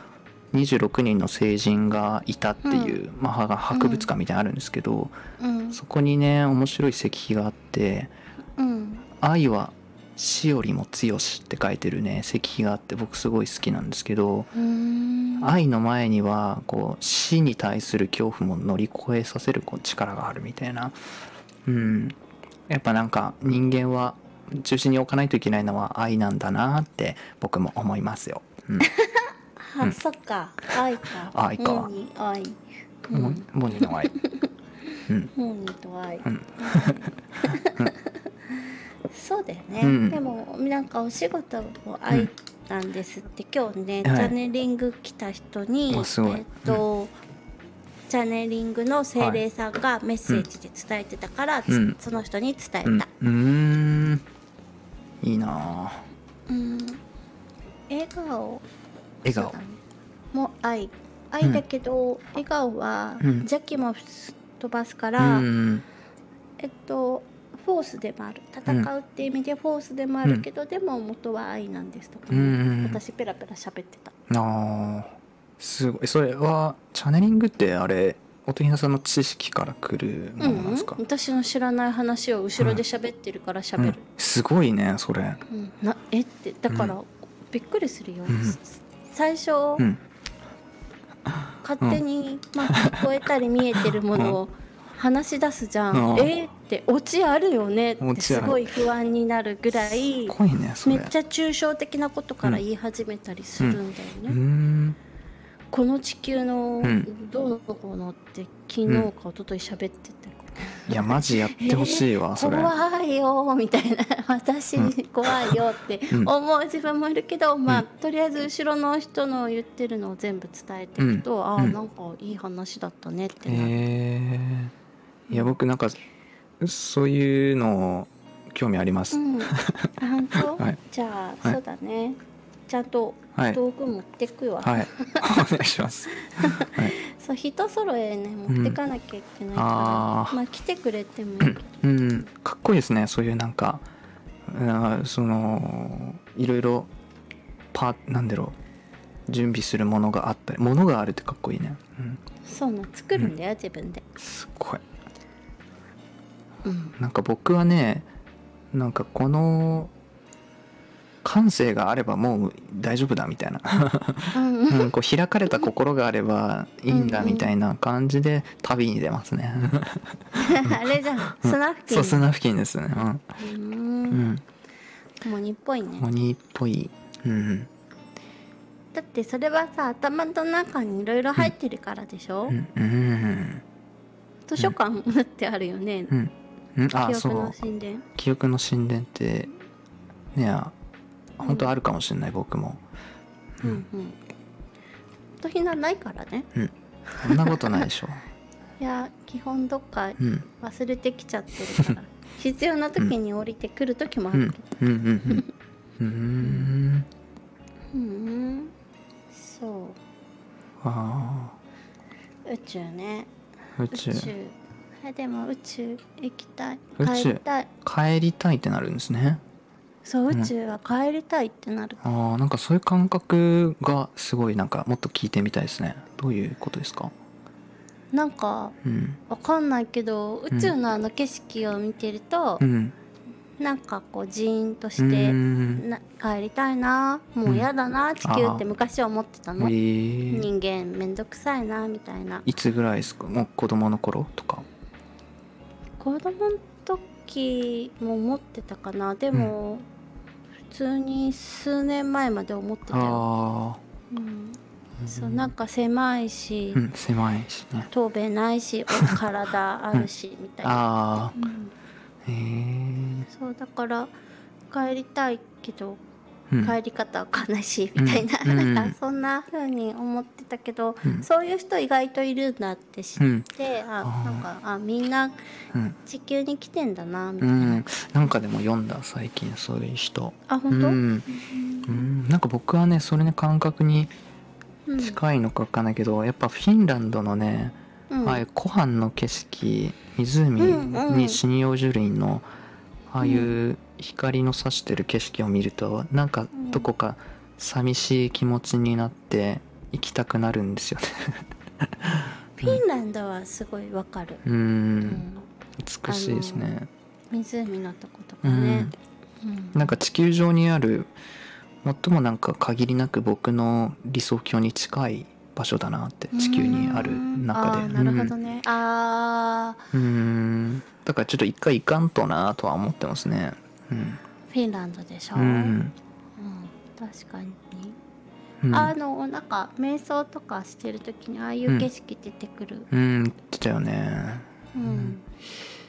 Speaker 1: 26人の聖人がいたっていう、まあは博物館みたいなのあるんですけど、
Speaker 2: うん
Speaker 1: そこにね面白い石碑があって
Speaker 2: うん
Speaker 1: 「愛は死よりも強し」って書いてるね石碑があって僕すごい好きなんですけど、
Speaker 2: うーん
Speaker 1: 愛の前にはこう死に対する恐怖も乗り越えさせるこう力があるみたいな、うん、やっぱなんか人間は中心に置かないといけないのは愛なんだなって僕も思いますよ。うん、
Speaker 2: あ、
Speaker 1: うん
Speaker 2: そっか愛か
Speaker 1: 愛か
Speaker 2: モニ愛う
Speaker 1: もうんモニの 愛。
Speaker 2: モニと愛、
Speaker 1: ん
Speaker 2: そうだよね、
Speaker 1: うん
Speaker 2: でもなんかお仕事も愛なんですって、今日ねチ
Speaker 1: はい
Speaker 2: ャネリング来た人に、
Speaker 1: わすごい
Speaker 2: えっと、チャネリングの精霊さんがメッセージで伝えてたから、つ
Speaker 1: うん
Speaker 2: その人に伝え
Speaker 1: うん、う
Speaker 2: た、
Speaker 1: ーんいいなあ
Speaker 2: うん、笑顔
Speaker 1: 笑顔
Speaker 2: そうだねもう愛愛だけど、笑顔は
Speaker 1: うん
Speaker 2: 邪気も飛ばすか
Speaker 1: う
Speaker 2: ら、
Speaker 1: ん
Speaker 2: えっとフォースでもある戦うって意味でフォースでもあるけど、でも元は愛なんですとか、
Speaker 1: うんうん
Speaker 2: 私ペラペラ喋ってた
Speaker 1: あーすごいそれはチャネリングってあれ音ひなさんの知識から来るも
Speaker 2: う
Speaker 1: の
Speaker 2: ん
Speaker 1: なんですか、
Speaker 2: 私の知らない話を後ろで喋ってるから
Speaker 1: う
Speaker 2: 喋
Speaker 1: ん
Speaker 2: る、
Speaker 1: すごいねそれ
Speaker 2: うんなえってだから、
Speaker 1: う
Speaker 2: びっくりするよ、
Speaker 1: うん
Speaker 2: 最初、
Speaker 1: うん
Speaker 2: 勝手に、まあ、聞こえたり見えてるものを話し出すじゃん、
Speaker 1: うん
Speaker 2: えーってオチあるよねっ
Speaker 1: オ
Speaker 2: て
Speaker 1: チあ
Speaker 2: す
Speaker 1: る
Speaker 2: ごい不安になるぐらい
Speaker 1: すごいねそ
Speaker 2: め
Speaker 1: れ
Speaker 2: っちゃ抽象的なことから言い始めたりするんだよね、
Speaker 1: うーん
Speaker 2: この地球の
Speaker 1: うん
Speaker 2: どうのこうのって昨日か一昨日喋ってた
Speaker 1: いやマジやってほしいわ、それ
Speaker 2: 怖いよみたいな 私怖いよって
Speaker 1: うん
Speaker 2: 思う自分もいるけど、ま
Speaker 1: う
Speaker 2: あ
Speaker 1: ん
Speaker 2: とりあえず後ろの人の言ってるのを全部伝えていくと、ああ
Speaker 1: うん
Speaker 2: なんかいい話だったねってなる、
Speaker 1: えー、いや僕なんかそういうの興味あります、
Speaker 2: うん、本当、
Speaker 1: はい
Speaker 2: じゃあ、
Speaker 1: はい
Speaker 2: そうだねちゃんと
Speaker 1: はい
Speaker 2: 道具持ってくわ、
Speaker 1: はいお願いします
Speaker 2: そう人揃えね持ってかなきゃいけないから、
Speaker 1: あー
Speaker 2: まあ来てくれてもいいけど
Speaker 1: うんかっこいいですねそういうなんかうんそのいろいろパなんだろう準備するものがあったりものがあるってかっこいいね、うん、
Speaker 2: そうなの作るんだよ、自分で、
Speaker 1: すっごい
Speaker 2: うん、
Speaker 1: なんか僕はねなんかこの感性があればもう大丈夫だみたい な、
Speaker 2: うん
Speaker 1: うん、こう開かれた心があればいいんだみたいな感じで旅に出ますね
Speaker 2: あれじゃんスナフキン
Speaker 1: そう砂付近ですね
Speaker 2: う
Speaker 1: うん、
Speaker 2: んモニっぽい
Speaker 1: うん、
Speaker 2: ね
Speaker 1: 鬼っぽいうん
Speaker 2: だってそれはさ頭の中にいろいろ入ってるからでしょ、
Speaker 1: うんうん
Speaker 2: 図書館もだってあるよね、
Speaker 1: うんうんあ
Speaker 2: 記
Speaker 1: そ
Speaker 2: 憶の
Speaker 1: う
Speaker 2: 神殿
Speaker 1: 記憶の神殿ってねあ本当あるかもしれない僕も
Speaker 2: う
Speaker 1: うんん
Speaker 2: うんとひなないからね
Speaker 1: そんなことないでしょ
Speaker 2: いや基本どっか
Speaker 1: うん
Speaker 2: 忘れてきちゃって るから必要な時に降りてくる時もあ
Speaker 1: うん
Speaker 2: るけど
Speaker 1: うんうんうんうん
Speaker 2: うん、うん、そ
Speaker 1: あ
Speaker 2: う宇宙ね
Speaker 1: あ宇
Speaker 2: 宇
Speaker 1: 宙
Speaker 2: 宙えでも宇宙行きたい
Speaker 1: 宇宙
Speaker 2: 帰りたい
Speaker 1: 帰りたいってなるんですね
Speaker 2: そう
Speaker 1: うん
Speaker 2: 宇宙は帰りたいってなる、
Speaker 1: ああなんかそういう感覚がすごいなんかもっと聞いてみたいですねどういうことですか
Speaker 2: なんか
Speaker 1: うん
Speaker 2: わかんないけど宇宙のあの景色を見てると
Speaker 1: う、ん
Speaker 2: なんかこうジーンと
Speaker 1: う
Speaker 2: して、
Speaker 1: ん
Speaker 2: な帰りたいなもうやだな、地球って昔思ってた
Speaker 1: え
Speaker 2: の、
Speaker 1: ー、
Speaker 2: 人間めんどくさいなみたいない
Speaker 1: つぐらいですかもう子供の頃とか
Speaker 2: 子供の時も思ってたかなでも、普通に数年前まで思ってたよ、
Speaker 1: あ
Speaker 2: うん、
Speaker 1: あ
Speaker 2: そうなんか狭いし、
Speaker 1: うん狭いしね
Speaker 2: 頭べない し体あるしみたいな、
Speaker 1: あ
Speaker 2: うん
Speaker 1: あへえ
Speaker 2: そうだから帰りたいけど
Speaker 1: うん
Speaker 2: 帰り方は悲しいみたいな,、
Speaker 1: うんうん
Speaker 2: なんかそんな風に思ってたけど、
Speaker 1: うん
Speaker 2: そういう人意外といるんだって知っ
Speaker 1: うん
Speaker 2: て、あ
Speaker 1: あー
Speaker 2: なんかあみんな
Speaker 1: うん
Speaker 2: 地球に来てんだなみた
Speaker 1: う
Speaker 2: いな、
Speaker 1: ん、なんかでも読んだ最近そういう人
Speaker 2: あ本当、
Speaker 1: う
Speaker 2: うん
Speaker 1: んうん、なんか僕はねそれね感覚に
Speaker 2: うん
Speaker 1: 近いのかわかんないけど、やっぱフィンランドのね、ああいう湖畔の景色湖
Speaker 2: うんうん
Speaker 1: に針葉樹林のああいう光の差してる景色を見るとなんか
Speaker 2: うん
Speaker 1: どこか寂しい気持ちになって行きたくなるんですよね。
Speaker 2: フィンランドはすごいわかる、
Speaker 1: う、
Speaker 2: うんん
Speaker 1: 美しいですね。
Speaker 2: 湖のとことかね、うん
Speaker 1: なんか地球上にある最もなんか限りなく僕の理想郷に近い場所だなって地球にある中で
Speaker 2: うんあーなるほどね、あー
Speaker 1: うんうんだからちょっと一回行かんとなとは思ってますねうん
Speaker 2: フィンランドでしょ、
Speaker 1: う
Speaker 2: うん
Speaker 1: ん
Speaker 2: 確かに、
Speaker 1: うん
Speaker 2: あのなんか瞑想とかしてる時にああいう景色出てくる、
Speaker 1: うん言ってたよね
Speaker 2: うん
Speaker 1: うん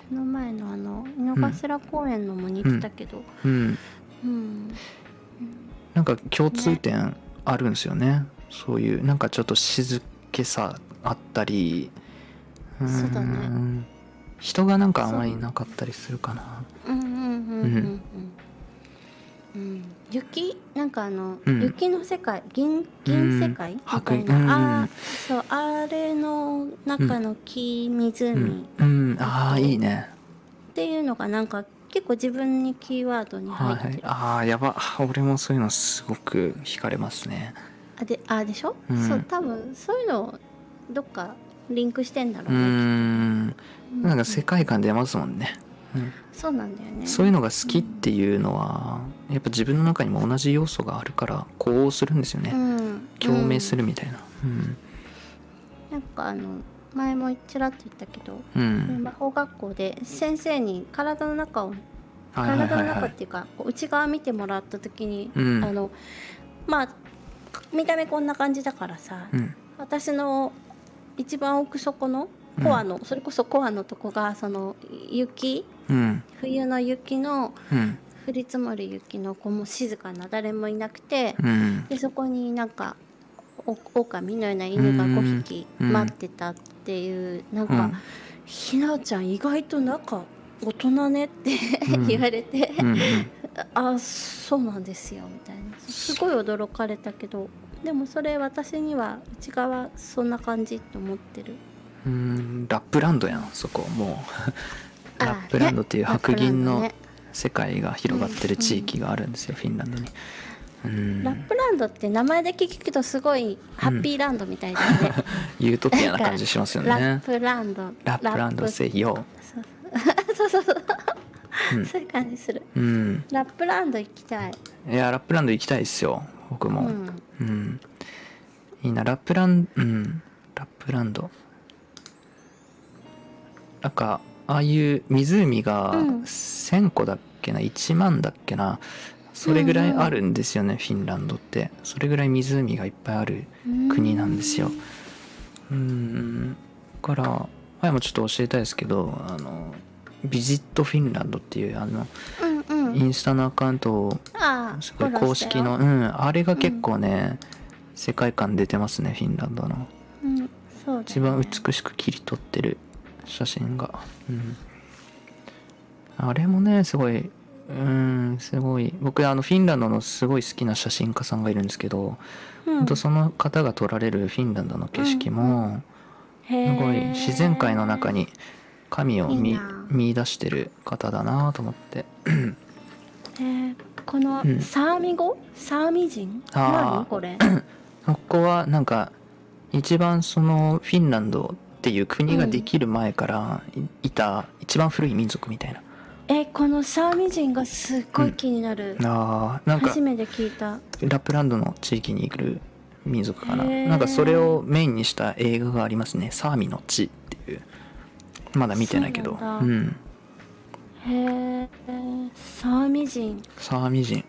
Speaker 2: この前のあの井の頭公園のも似てたけど、
Speaker 1: うん
Speaker 2: うん
Speaker 1: なんか共通点あるんですよねそういうなんかちょっと静けさあったりん
Speaker 2: そうだね
Speaker 1: 人がなんかあまりいなかったりするかな
Speaker 2: うんうんうんうんうんうん雪なんかあの、
Speaker 1: うん
Speaker 2: 雪の世界銀銀世界、みたいな、
Speaker 1: うん
Speaker 2: ああそうあれの中の木湖、
Speaker 1: うん
Speaker 2: っ、
Speaker 1: うん、ああいいね
Speaker 2: ていうのがなんか結構自分にキーワードに入
Speaker 1: は
Speaker 2: ってる、
Speaker 1: いああやば俺もそういうのすごく惹かれますね
Speaker 2: あであでしょ、
Speaker 1: うん
Speaker 2: そう多分そういうのをどっかリンクしてんだろ
Speaker 1: う
Speaker 2: うね、
Speaker 1: ん
Speaker 2: うん
Speaker 1: なんか世界観出ますもんね、うん
Speaker 2: そうなんだよね
Speaker 1: そういうのが好きっていうのはやっぱ自分の中にも同じ要素があるから呼応するんですよね、
Speaker 2: うん
Speaker 1: 共鳴す
Speaker 2: る、
Speaker 1: るみたいなうん
Speaker 2: うんなんかあの前もちらっと言ったけど、
Speaker 1: うん、
Speaker 2: 魔法学校で先生に体の中を
Speaker 1: はいはい
Speaker 2: 体
Speaker 1: は
Speaker 2: の
Speaker 1: いは
Speaker 2: 中っ
Speaker 1: い
Speaker 2: ていうか、こう内側見てもらった時に、
Speaker 1: うん
Speaker 2: あのまあ見た目こんな感じだからさ、
Speaker 1: うん
Speaker 2: 私の一番奥底のコアの、それこそコアのとこがその雪
Speaker 1: うん
Speaker 2: 冬の雪の
Speaker 1: うん
Speaker 2: 降り積もる雪のこうもう静かな誰もいなくて、
Speaker 1: うん
Speaker 2: でそこになんかお狼のような犬が5匹
Speaker 1: うん
Speaker 2: 待ってたっていう、なん
Speaker 1: う
Speaker 2: か、
Speaker 1: ん
Speaker 2: ひなちゃん意外となんか大人ねって
Speaker 1: うん
Speaker 2: 言われて、
Speaker 1: うん
Speaker 2: あそうなんですよみたいなすごい驚かれたけどでもそれ私には内側そんな感じと思ってる
Speaker 1: うんラップランドやんそこもう
Speaker 2: あー
Speaker 1: ラップランドっていう白銀の
Speaker 2: ラップランドね
Speaker 1: 世界が広がってる地域があるんですよ、フィンランドにうん
Speaker 2: ラップランドって名前だけ聞くとすごいハッピーランドみたいだよ ね、
Speaker 1: ユートピアな感じしますよ
Speaker 2: ラッ
Speaker 1: ね
Speaker 2: プランド
Speaker 1: ラップランドせよ
Speaker 2: そうそうそうそうそう、
Speaker 1: うん
Speaker 2: そういう感じする
Speaker 1: うん
Speaker 2: ラップランド行きたい、
Speaker 1: いやラップランド行きたいですよ僕
Speaker 2: う
Speaker 1: も、
Speaker 2: ん、
Speaker 1: うん。いいな、ラップラン、うん、ラップランド。なんか、ああいう湖が
Speaker 2: うん
Speaker 1: 1000個だっけな、1万だっけな、それぐらいあるんですよね、フィンランドって。それぐらい湖がいっぱいある国なんですよ。うん。だから、前もちょっと教えたいですけど、あの、ビジットフィンランドっていう、あの、
Speaker 2: うんうん
Speaker 1: インスタのアカウントを
Speaker 2: ああ
Speaker 1: すごい公式の、うん、あれが結構ね、世界観出てますねフィンランドの
Speaker 2: うんそうだよね
Speaker 1: 一番美しく切り取ってる写真が、うん、あれもねすごいうんすごい僕あのフィンランドのすごい好きな写真家さんがいるんですけど、
Speaker 2: うん
Speaker 1: ほんとその方が撮られるフィンランドの景色も、すごい
Speaker 2: へー
Speaker 1: 自然界の中に神を見
Speaker 2: いいな
Speaker 1: 見出してる方だなと思って
Speaker 2: へーこの
Speaker 1: うん
Speaker 2: サーミ語、サーミ人
Speaker 1: あー
Speaker 2: 何 これ
Speaker 1: そこはなんか一番そのフィンランドっていう国ができる前からいいた一番古い民族みたいな。
Speaker 2: えこのサーミ人がすっごい気になる、
Speaker 1: あーなんか
Speaker 2: 初めて聞いた
Speaker 1: ラップランドの地域に来る民族かな。
Speaker 2: へー
Speaker 1: なんかそれをメインにした映画がありますね。サーミの地っていう。まだ見てないけど。
Speaker 2: そううなんだ
Speaker 1: ん。
Speaker 2: へえサーミ人
Speaker 1: サーミ人。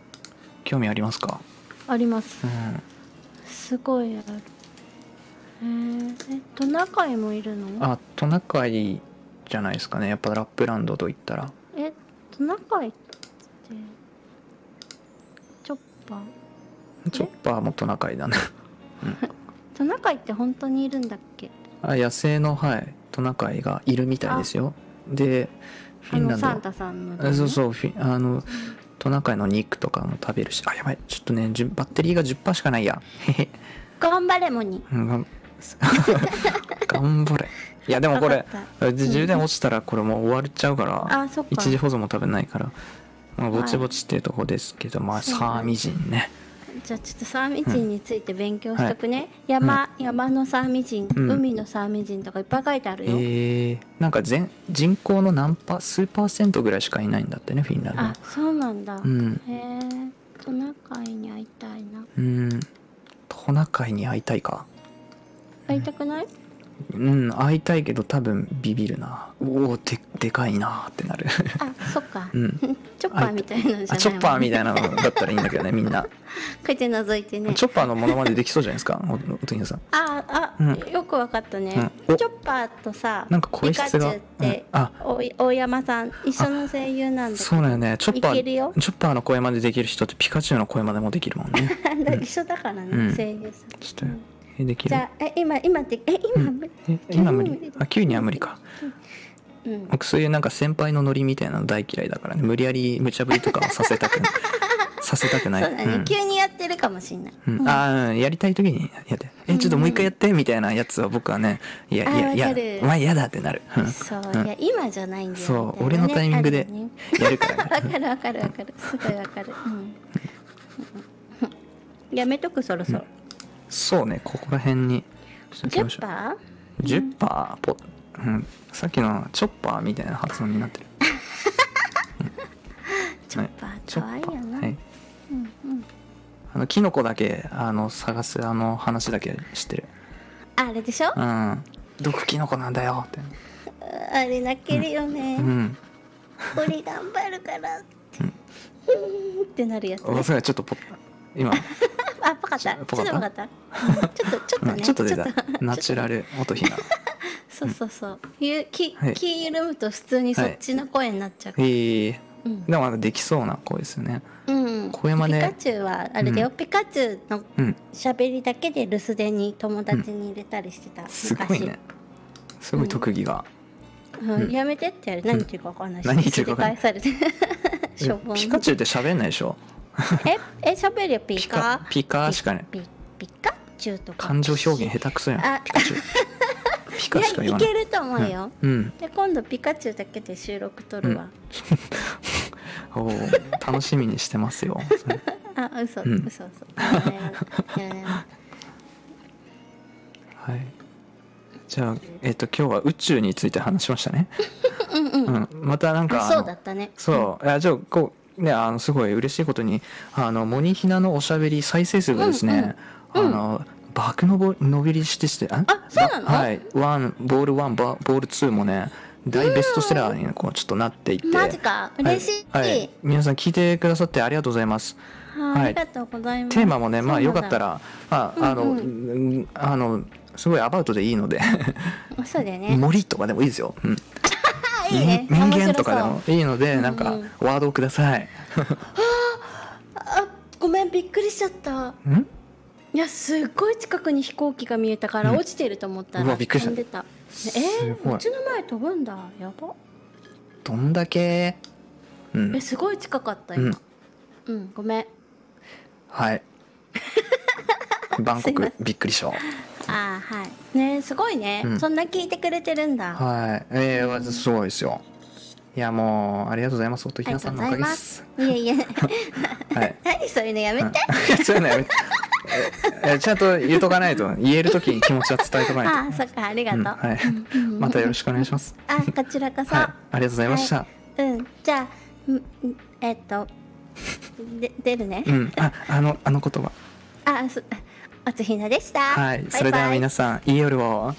Speaker 1: 興味ありますか
Speaker 2: あります
Speaker 1: うん。
Speaker 2: すごいあるへーえトナカイもいるの
Speaker 1: あ、トナカイじゃないですかね。やっぱラップランドと言ったら。
Speaker 2: えトナカイってチョッパー
Speaker 1: チョッパーもトナカイだね。
Speaker 2: トナカイって本当にいるんだっけ
Speaker 1: あ野生のはいトナカイがいるみたいですよでフ
Speaker 2: あ
Speaker 1: ィン
Speaker 2: の
Speaker 1: ラン
Speaker 2: サン
Speaker 1: ド
Speaker 2: タさんのね、
Speaker 1: あそうそうフィンあのトナカイの肉とかも食べるしあやばいちょっとねじゅバッテリーが10%しかないやへへ
Speaker 2: 頑張れモニ
Speaker 1: うんがん 頑張れいやでもこ
Speaker 2: わ
Speaker 1: れ
Speaker 2: かっ
Speaker 1: じ充電落ちたらこれもう終わっちゃうから
Speaker 2: あそっか
Speaker 1: 一時保存も食べないから、まあ、
Speaker 2: はい
Speaker 1: ぼちぼちっていうとこですけど、まあ
Speaker 2: そう
Speaker 1: サ
Speaker 2: なんだ
Speaker 1: ーミ人ね
Speaker 2: じゃあちょっとサーミ人について勉強しとくね、
Speaker 1: は
Speaker 2: 山、山のサーミ人、
Speaker 1: うん
Speaker 2: 海のサーミ人とかいっぱい書いてあるよ、
Speaker 1: えー、なんか全人口の何パ数パーセントぐらいしかいないんだってねフィンランド
Speaker 2: あそうなんだ、
Speaker 1: うん
Speaker 2: へえトナカイに会いたいな
Speaker 1: うんトナカイに会いたいか
Speaker 2: 会いたくない
Speaker 1: うん会いたいけど多分ビビるなおおででかいなってなる
Speaker 2: あそっか、
Speaker 1: うん
Speaker 2: チョッパーみたいなのじゃない
Speaker 1: あチョッパーみ
Speaker 2: い
Speaker 1: たいなのだったらいいんだけどねみんな、
Speaker 2: な書いて覗いてね
Speaker 1: チョッパーのものまでできそうじゃないですかおおとぎさん
Speaker 2: ああ、
Speaker 1: うん
Speaker 2: よくわかったね、
Speaker 1: うんお
Speaker 2: チョッパーとさ
Speaker 1: なんか声質が
Speaker 2: ピカチュウって
Speaker 1: うん、あ
Speaker 2: おい大山さん一緒の声優なんだけど
Speaker 1: そうだよねチョッパ
Speaker 2: いけるよ
Speaker 1: ーチョッパーの声までできる人ってピカチュウの声までもできるもんね
Speaker 2: 一緒だからね、
Speaker 1: うん
Speaker 2: 声優さん
Speaker 1: ちょっとえでき
Speaker 2: じ
Speaker 1: る
Speaker 2: ゃあえ今今ってえ今、
Speaker 1: え今無理あ急には無理か
Speaker 2: うん
Speaker 1: 僕そういうなんか先輩のノリみたいなの大嫌いだからね無理やり無茶ぶりとかはさせたくないさせたくない。
Speaker 2: そうだね、
Speaker 1: ん
Speaker 2: 急にやってるかもしんない、
Speaker 1: うん
Speaker 2: うんあ
Speaker 1: ああ、やりたい時にやって。え、ちょっともう一回やって、みたいなやつは僕はね、いや、
Speaker 2: あー
Speaker 1: いや、
Speaker 2: わか
Speaker 1: い
Speaker 2: る
Speaker 1: や、お前嫌だってなる。うん
Speaker 2: そう、
Speaker 1: うん
Speaker 2: いや今じゃないんだよ
Speaker 1: そう
Speaker 2: みたいな
Speaker 1: 俺の
Speaker 2: ね
Speaker 1: タイミングで
Speaker 2: あるよね
Speaker 1: やるから ね。
Speaker 2: わかるわかるわかるすごいわかる、うん、やめとくそろそろ、
Speaker 1: そうね、ここら辺にしときましょ
Speaker 2: 10
Speaker 1: う。
Speaker 2: パ
Speaker 1: ジュッパーポ、うん、さっきのチョッパーみたいな発音になってる。
Speaker 2: ーチョッパー
Speaker 1: チョ
Speaker 2: かわい
Speaker 1: ッ
Speaker 2: い
Speaker 1: パ
Speaker 2: よな、
Speaker 1: ー。はい。
Speaker 2: うんうん、
Speaker 1: あの、キノコだけ、あの、探す、あの、話だけ知ってる。
Speaker 2: あれでしょ、
Speaker 1: うん。毒キノコなんだよって。
Speaker 2: あれ泣けるよね、
Speaker 1: うん。
Speaker 2: 俺頑張るからって
Speaker 1: うん
Speaker 2: うんってなるやつ、ね
Speaker 1: お、それちょっとポッ、 今、
Speaker 2: あぽかったちょっ
Speaker 1: ぽ
Speaker 2: と
Speaker 1: かった
Speaker 2: ぽかったうんちょっとちょっと
Speaker 1: うん
Speaker 2: ね
Speaker 1: ちょっと出た
Speaker 2: ちょっと。
Speaker 1: ナチュラル音ひな。
Speaker 2: そうそうそうゆ気
Speaker 1: はい
Speaker 2: 気緩むと普通にそっちの声になっちゃう、
Speaker 1: へえ。
Speaker 2: うん
Speaker 1: でもなんかできそうな声ですよね。
Speaker 2: うん、
Speaker 1: 声真似
Speaker 2: ピカチュウはあれだよ、
Speaker 1: うん
Speaker 2: ピカチュウの
Speaker 1: うん。
Speaker 2: 喋りだけで留守電に友達に入れたりしてた、
Speaker 1: すごいね。すごい特技が。
Speaker 2: 昔、うん
Speaker 1: うん
Speaker 2: やめてってあれ何言ってるか分かんないし、
Speaker 1: 何言ってるか分か んない
Speaker 2: すり返されて しょぼん
Speaker 1: ピカチュウって喋んないでしょ。
Speaker 2: ええ喋るよピカ
Speaker 1: ピカしかね。
Speaker 2: ピピカチュウとか
Speaker 1: 感情表現下手くそやん。
Speaker 2: あ
Speaker 1: ピカチュウ。ピカしか
Speaker 2: い
Speaker 1: 言わ
Speaker 2: やい
Speaker 1: な
Speaker 2: け
Speaker 1: い。
Speaker 2: ると思うよ、
Speaker 1: うん。
Speaker 2: で今度ピカチュウだけで収録撮るわ、
Speaker 1: おー楽しみにしてますよ。
Speaker 2: あ嘘、
Speaker 1: うん
Speaker 2: 嘘嘘やめようやめよ
Speaker 1: はい。じゃあ、えっと、今日は宇宙について話しましたね。
Speaker 2: ううんうん、
Speaker 1: うん。また なんか、
Speaker 2: あ
Speaker 1: あの
Speaker 2: そうだったね
Speaker 1: そう。あじゃあ、こう、ね、あの、すごい嬉しいことに、あの、モニヒナのおしゃべり再生数がですね、
Speaker 2: うんうんうん
Speaker 1: あの、爆のぼ伸びりしてして、あ
Speaker 2: あそうなの
Speaker 1: ばはい。ワン、ボールワン、ボボールツーもね、大ベストセラーにこうちょっとなっていって。
Speaker 2: マジ
Speaker 1: は
Speaker 2: か
Speaker 1: い
Speaker 2: 嬉しい、
Speaker 1: はい皆さん聞いてくださってありがとうございます。
Speaker 2: はい
Speaker 1: はい
Speaker 2: ありがとうございます
Speaker 1: テーマもね、まあ
Speaker 2: そ
Speaker 1: よ
Speaker 2: うな
Speaker 1: か
Speaker 2: んだ
Speaker 1: ったら、あ、あの、
Speaker 2: うんう
Speaker 1: うんあの、すごいアバウトでいいので、
Speaker 2: そうだよね
Speaker 1: 森とかでもいいですよ。うん
Speaker 2: あいいね
Speaker 1: 人人
Speaker 2: 面白そ
Speaker 1: 間
Speaker 2: う
Speaker 1: とかでもいいので、なんか
Speaker 2: うんうん、
Speaker 1: ワードをください。
Speaker 2: あごめんびっくりしちゃった
Speaker 1: ん
Speaker 2: いやすっごい近くに飛行機が見えたから
Speaker 1: うん
Speaker 2: 落ちてると思ったら、
Speaker 1: うわびっくりした
Speaker 2: 飛んでた
Speaker 1: す
Speaker 2: え
Speaker 1: ご
Speaker 2: ー、
Speaker 1: いう
Speaker 2: ちの前飛ぶんだやば
Speaker 1: どんだけうん
Speaker 2: えすごい近かった
Speaker 1: う
Speaker 2: 今
Speaker 1: ん
Speaker 2: うん、ごめん
Speaker 1: はい バンコ
Speaker 2: すいま
Speaker 1: クびっくりしょ
Speaker 2: あーはいねすごいね、
Speaker 1: うん
Speaker 2: そんな聞いてくれてるんだ、
Speaker 1: はいええー、すごいですよいやもうありがとうございます音ひなさんのおかげです
Speaker 2: いえいえ
Speaker 1: はい
Speaker 2: 何そういうのやめ
Speaker 1: うん
Speaker 2: て、
Speaker 1: そういうのやめてええちゃんと言うとかないと言える時に気持ちは伝えとかない
Speaker 2: あーそっかありが
Speaker 1: と、
Speaker 2: と
Speaker 1: うん、
Speaker 2: う、
Speaker 1: はい
Speaker 2: うんうん
Speaker 1: またよろしくお願いします
Speaker 2: あこちらこそ、
Speaker 1: はいありがとうございました、
Speaker 2: うんじゃあんんえっとで出るね、
Speaker 1: うんああのあの言葉
Speaker 2: あそおつひなでした
Speaker 1: はいそれでは皆
Speaker 2: さ
Speaker 1: さんいい夜を